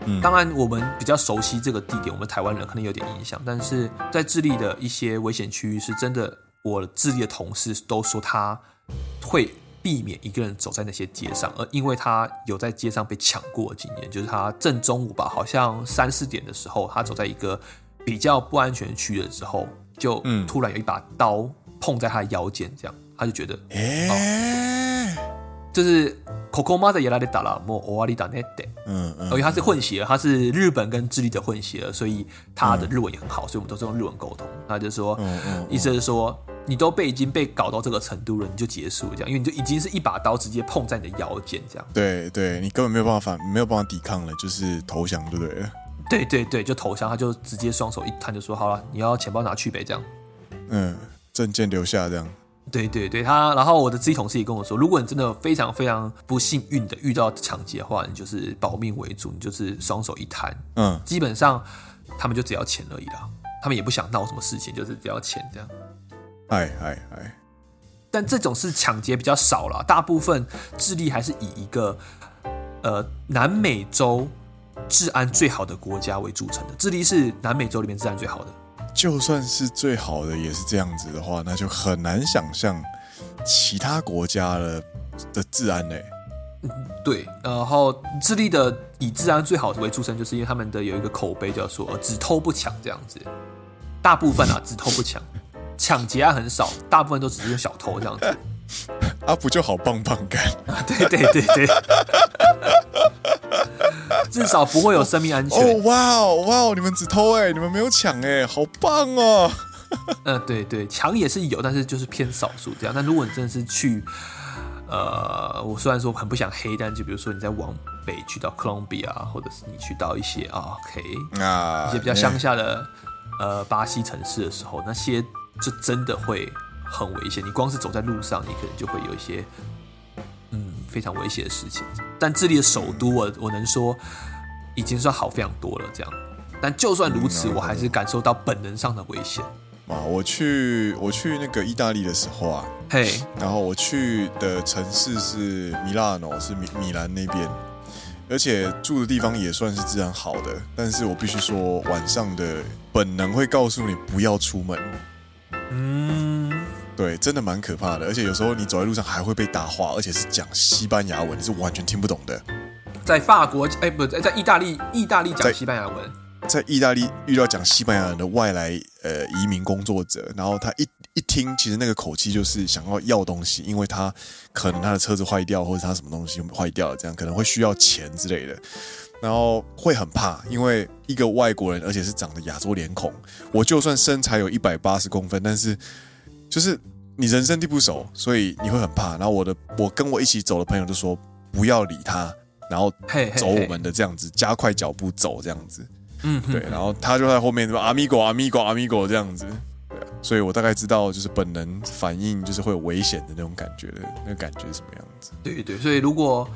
S1: 嗯
S2: 当然，我们比较熟悉这个地点，我们台湾人可能有点影响，但是在智利的一些危险区域，是真的，我智利的同事都说他会避免一个人走在那些街上，而因为他有在街上被抢过的经验，就是他正中午吧，好像三四点的时候，他走在一个比较不安全的区域的时候，就
S1: 嗯
S2: 突然有一把刀碰在他的腰间，这样他就觉得
S1: 哎，
S2: 哦就是。ここまでやられたらもう終わりだねって
S1: 嗯
S2: 而
S1: 嗯，
S2: 且他是混血，他是日本跟智利的混血，所以他的日文也很好，所以我们都是用日文沟通。他就说，
S1: 嗯嗯
S2: 意思是说，你都被已经被搞到这个程度了，你就结束这样，因为你就已经是一把刀直接碰在你的腰间这样。
S1: 对对，你根本没有办法，没有办法抵抗了，就是投降，对不对了？
S2: 对对对，就投降，他就直接双手一摊，就说好了，你要钱包拿去呗这样。
S1: 嗯，证件留下这样，
S2: 对对对，他，然后我的自己同事也跟我说，如果你真的非常非常不幸运的遇到抢劫的话，你就是保命为主，你就是双手一摊，
S1: 嗯，
S2: 基本上他们就只要钱而已啦，他们也不想闹什么事情，就是只要钱这样。
S1: 哎哎哎，
S2: 但这种是抢劫比较少了，大部分智利还是以一个呃南美洲治安最好的国家为著称的。智利是南美洲里面治安最好的，
S1: 就算是最好的也是这样子的话，那就很难想象其他国家的的治安嘞、
S2: 对。然后智利的以治安最好为著称，就是因为他们的有一个口碑叫做呃只偷不抢这样子，大部分啊只偷不抢，抢劫案很少，大部分都只是小偷这样子。
S1: 啊，不就好棒棒干？
S2: 对对对对， 至少不会有生命安全。
S1: 哦， 哇哦哇哦，你们只偷哎、你们没有抢哎、好棒哦！
S2: 嗯、对对，强也是有，但是就是偏少数这样。但如果你真的是去，呃，我虽然说很不想黑，但就比如说你在往北去到哥伦比亚，或者是你去到一些啊，OK，
S1: 啊，
S2: 一些比较乡下的呃巴西城市的时候，那些就真的会很危险。你光是走在路上，你可能就会有一些嗯非常危险的事情。但智利的首都我，我能说已经算好非常多了，这样。但就算如此，
S1: 嗯
S2: 我还是感受到本能上的危险。
S1: 哎哇，我去我去那个意大利的时候啊，
S2: 嘿、
S1: 然后我去的城市是米拉诺，是米米兰那边，而且住的地方也算是治安好的，但是我必须说，晚上的本能会告诉你不要出门，
S2: 嗯，
S1: 对，真的蛮可怕的，而且有时候你走在路上还会被搭话，而且是讲西班牙文，你是完全听不懂的。
S2: 在法国，哎、不在在意大利，意大利讲
S1: 在
S2: 西班牙文，
S1: 在意大利遇到讲西班牙人的外来呃移民工作者，然后他一一听，其实那个口气就是想要要东西，因为他可能他的车子坏掉，或者他什么东西坏掉了，这样可能会需要钱之类的，然后会很怕，因为一个外国人，而且是长得亚洲脸孔，我就算身材有一百八十公分，但是就是你人生地不熟，所以你会很怕。然后我的我跟我一起走的朋友就说不要理他，然后
S2: 嘿嘿
S1: 走我
S2: 嘿
S1: 们的这样子，加快脚步走这样子。
S2: 嗯哼，
S1: 对，然后他就啊在后面什么阿米狗、阿米狗、阿米狗这样子，对啊，所以我大概知道就是本能反应就是会有危险的那种感觉的那个感觉是什么样子。
S2: 对对，所以如果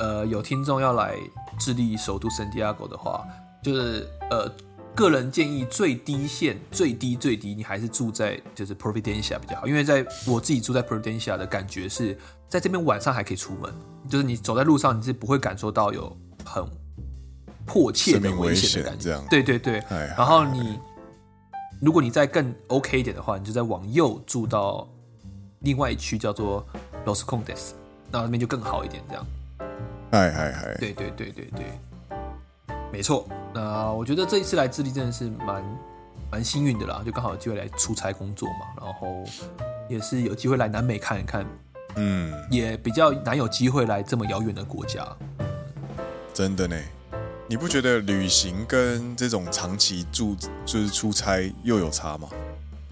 S2: 呃有听众要来智利首都圣地亚哥的话，就是呃个人建议最低限最低最低，你还是住在就是 Providencia 比较好，因为在我自己住在 Providencia 的感觉是在这边晚上还可以出门，就是你走在路上你是不会感受到有很迫切
S1: 生
S2: 的
S1: 命
S2: 危
S1: 危
S2: 险
S1: 险
S2: 的感
S1: 这
S2: 觉
S1: 样，
S2: 对对对，
S1: 哎，
S2: 然后你，如果你再更 OK 一点的话，你就再往右住到另外一区叫做 Los Condes，那那边就更好一点。这样，
S1: 嗨嗨嗨，
S2: 对对对对对，没错。那我觉得这一次来智利真的是蛮蛮幸运的啦，就刚好有机会来出差工作嘛，然后也是有机会来南美看一看，
S1: 嗯，
S2: 也比较难有机会来这么遥远的国家。
S1: 真的呢。你不觉得旅行跟这种长期住就是出差又有差吗？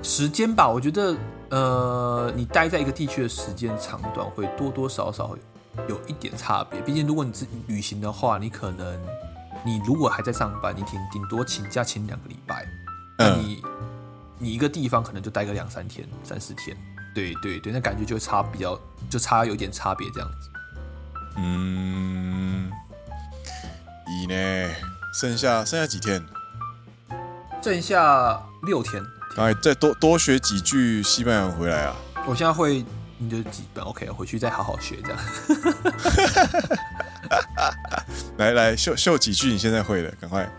S2: 时间吧，我觉得，呃，你待在一个地区的时间长短会多多少少有一点差别。毕竟，如果你自旅行的话，你可能，你如果还在上班，你顶顶多请假请两个礼拜，那
S1: 嗯，
S2: 你、你一个地方可能就待个两三天、三四天，对对对，那感觉就会差比较，就差有点差别这样子。
S1: 嗯，一呢，剩下剩下几天，
S2: 剩下六天，
S1: 哎，再多多学几句西班牙文回来啊。
S2: 我现在会，你就几本 OK，回去再好好学这样。
S1: 来来，秀秀几句你现在会的，赶快。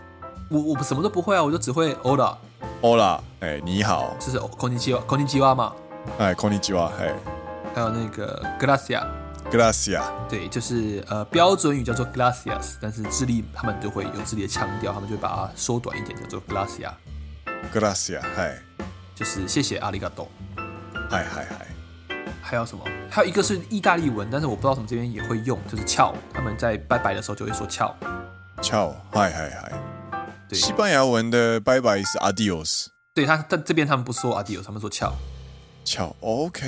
S2: 我我什么都不会啊，我就只会 Ola，
S1: Hola，哎，你好，
S2: 就是哦空气机空气机蛙嘛。
S1: 哎，こんにちは，哎
S2: 还有那个 Gracia，
S1: ，Gracia，
S2: 对，就是呃标准语叫做 Gracias，但是智利他们就会有自己的腔调，他们就会把它缩短一点，叫做 Gracia，
S1: Gracia，嗨，哎
S2: 就是谢谢阿里嘎多。
S1: 嗨嗨嗨，
S2: 还有什么？还有一个是意大利文，但是我不知道怎么这边也会用，就是翘，他们在拜拜的时候就会说翘。
S1: ciao，嗨嗨嗨。
S2: 对
S1: 西班牙文的拜拜是 adios，ciao，OK，
S2: 对，他但这边他们不说 adios，他们说翘。智
S1: OK，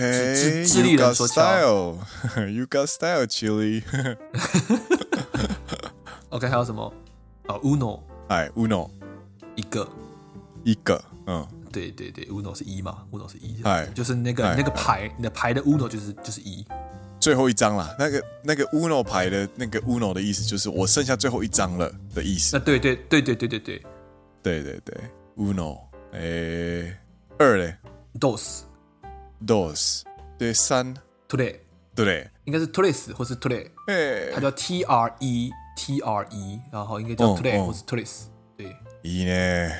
S2: 智利
S1: you
S2: 人
S1: got
S2: 说
S1: style，you got style，Chile，
S2: OK，还有什么？哦，uno
S1: 哎，uno
S2: 一个，
S1: 一个，嗯，
S2: 对对对，uno 是一嘛，uno 是一
S1: 哎，
S2: 就是那个
S1: 哎
S2: 那个牌，你的牌的 uno 就是就是一。
S1: 最后一张啦，那个那个 uno 牌的那个 uno 的意思就是我剩下最后一张了的意
S2: 那
S1: 思，
S2: 对对对对对对对
S1: 对对对，uno，哎，二嘞
S2: ，dos
S1: ，dos，对，三，
S2: today。
S1: 对不对，
S2: 应该是 Tres 或是 Tre，
S1: 哎
S2: 它，叫 T R E T R E，然后应该叫
S1: 哦
S2: Tre
S1: 哦
S2: 或是 Tres，对，啊
S1: 一呢。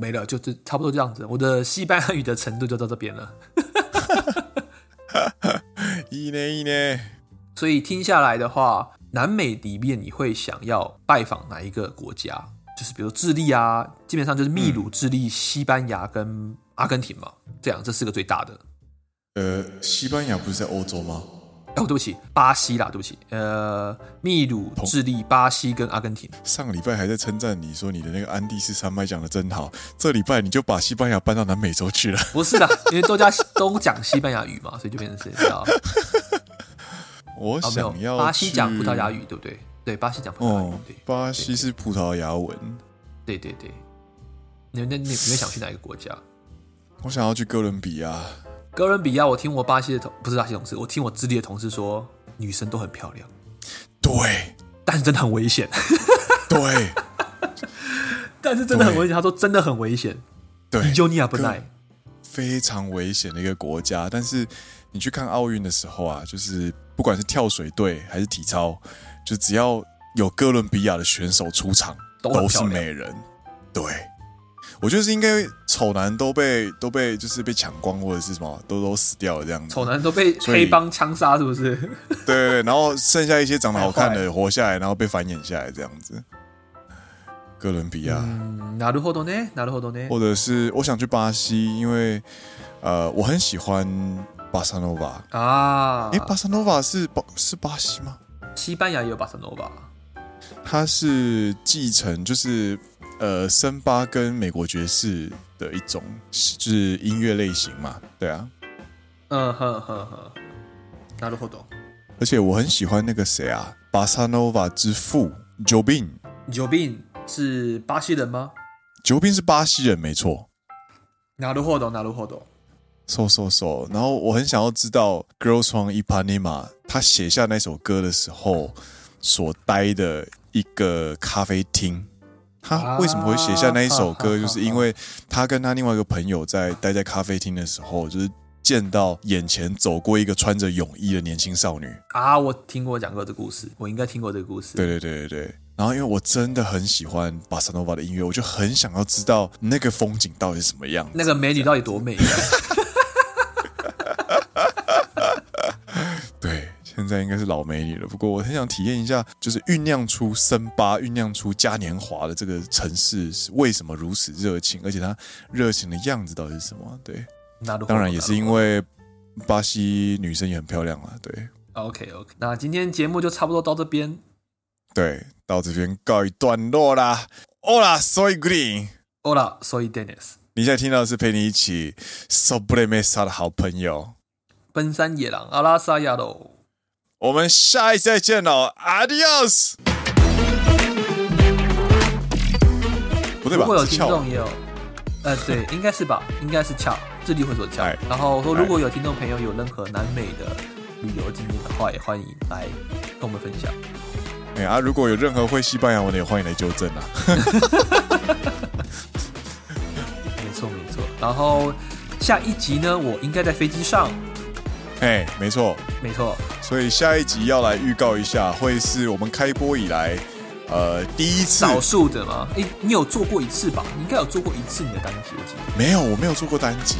S2: 没了，就是差不多这样子。我的西班牙语的程度就到这边了，
S1: いいねいいね。
S2: 所以听下来的话，南美里面你会想要拜访哪一个国家？就是比如智利啊，基本上就是秘鲁、智利、西班牙跟阿根廷嘛，这样这四个最大的。
S1: 呃，西班牙不是在欧洲吗？
S2: 哦，对不起，巴西啦，对不起，呃，秘鲁、智利、巴西跟阿根廷。
S1: 上礼拜还在称赞你说你的那个安第斯山脉讲的真好，这礼拜你就把西班牙搬到南美洲去了。
S2: 不是啦，因为都加都讲西班牙语嘛，所以就变成是你知道
S1: 我
S2: 啊，没
S1: 想要
S2: 有，巴西讲
S1: 去
S2: 葡萄牙语，对不对？对，巴西讲葡萄牙语，
S1: 哦，巴西是葡萄牙文。
S2: 对对对对。你们那你你们想去哪一个国家？
S1: 我想要去哥伦比亚，
S2: 哥伦比亚，我听我巴西的同不是巴西同事，我听我智利的同事说，女生都很漂亮，
S1: 对
S2: 但是真的很危险。
S1: 对
S2: 但是真的很危险，他说真的很危险，
S1: 对
S2: 比，丘尼啊亚不耐。
S1: 非常危险的一个国家。但是你去看奥运的时候啊，就是不管是跳水队还是体操，就只要有哥伦比亚的选手出场，
S2: 都很
S1: 都
S2: 漂
S1: 是
S2: 亮
S1: 美人。对，我觉得是应该丑男都被都被就是被抢光或者是什么都都死掉了这样子。
S2: 丑男都被
S1: 所以
S2: 黑帮枪杀，是不是？
S1: 对对 对，然后剩下一些长得好看
S2: 太坏
S1: 的活下来，然后被繁衍下来这样子。哥伦比亚。
S2: 嗯，なるほどね，なるほどね。
S1: 或者是我想去巴西，因为呃，我很喜欢巴萨诺瓦。
S2: 啊，
S1: 诶，巴萨诺瓦是巴是巴西吗？
S2: 西班牙也有巴塞诺吧？
S1: 它是继承就是呃森巴跟美国爵士的一种，就是音乐类型嘛。对啊，
S2: 嗯哼哼哼，なるほど。
S1: 而且我很喜欢那个谁啊，巴萨诺瓦之父 Jobin。
S2: 久病是巴西人吗？
S1: Jobin 是巴西人没错
S2: なるほど，なるほど。
S1: ，so so so。然后我很想要知道 Girls from Ipanema 他写下那首歌的时候所待的一个咖啡厅。他为什么会写下那一首歌？
S2: 啊
S1: 就是因为他跟他另外一个朋友在待在咖啡厅的时候，就是见到眼前走过一个穿着泳衣的年轻少女。
S2: 啊，我听过讲过这故事，我应该听过这个故事。
S1: 对对对对对。然后因为我真的很喜欢巴萨诺瓦的音乐，我就很想要知道那个风景到底是什么样子。
S2: 那个美女到底多美？啊
S1: 对，现在应该是老美女了。不过我很想体验一下，就是酝酿出森巴、酝酿出嘉年华的这个城市是为什么如此热情，而且它热情的样子到底是什么？啊对，
S2: なるほど
S1: 当然也是因为巴西女生也很漂亮啊。对
S2: OK OK。那今天节目就差不多到这边。
S1: 对，到这边告一段落啦。Hola, soy Green。
S2: 好了，所以 Dennis，
S1: 你现在听到的是陪你一起 sobremesa 的好朋友。
S2: 奔山野狼阿拉萨亚喽。
S1: 我们下一次再见喽，Adios。不对吧？
S2: 如果有
S1: 是
S2: 听
S1: 翘
S2: 众也有，呃，对，应该是吧，应该是翘，智利会所翘
S1: 哎。
S2: 然后说，如果有听众朋友有任何南美的旅游经验的话，也欢迎来跟我们分享。
S1: 哎、啊，如果有任何会西班牙文的，也欢迎来纠正啊。
S2: 没错没错。然后下一集呢，我应该在飞机上。
S1: 哎、没错，
S2: 没错，
S1: 所以下一集要来预告一下，会是我们开播以来，呃，第一次
S2: 少数的嘛。诶，你有做过一次吧？你应该有做过一次你的单集，我记得。
S1: 没有，我没有做过单集，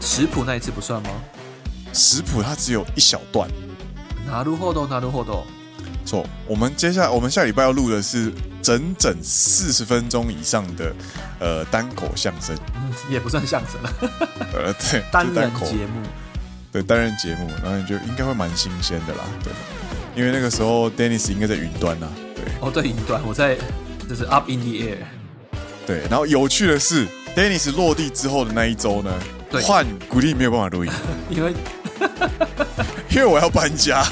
S2: 食谱那一次不算吗？
S1: 食谱它只有一小段。
S2: 拿入后头，拿入后头。
S1: 错，我们接下来我们下礼拜要录的是整整四十分钟以上的呃单口相声，
S2: 嗯， 也不算相声了，
S1: 呃，对，
S2: 单
S1: 就是
S2: 人
S1: 口
S2: 节目。
S1: 对单人节目，然后你就应该会蛮新鲜的啦，对，因为那个时候 Dennis 应该在云端啦，对。
S2: 哦，对，云端，我在就是 up in the air。
S1: 对，然后有趣的是，Dennis 落地之后的那一周呢
S2: 对，
S1: 换古力没有办法录音，
S2: 因为
S1: 因为我要搬家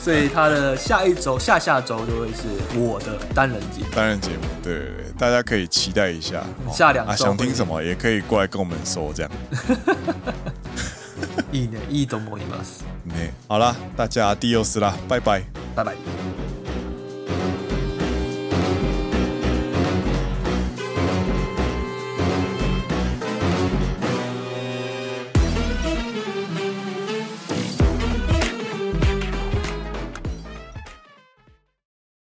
S2: 所以他的下一周、下下周就会是我的单人节目。
S1: 担任节目。对对对，大家可以期待一下。
S2: 下两周
S1: 啊，想听什么也可以过来跟我们说，这样。
S2: いいね、いいと思います。
S1: 嗯，好啦，大家 adios 啦，拜拜。
S2: 拜拜。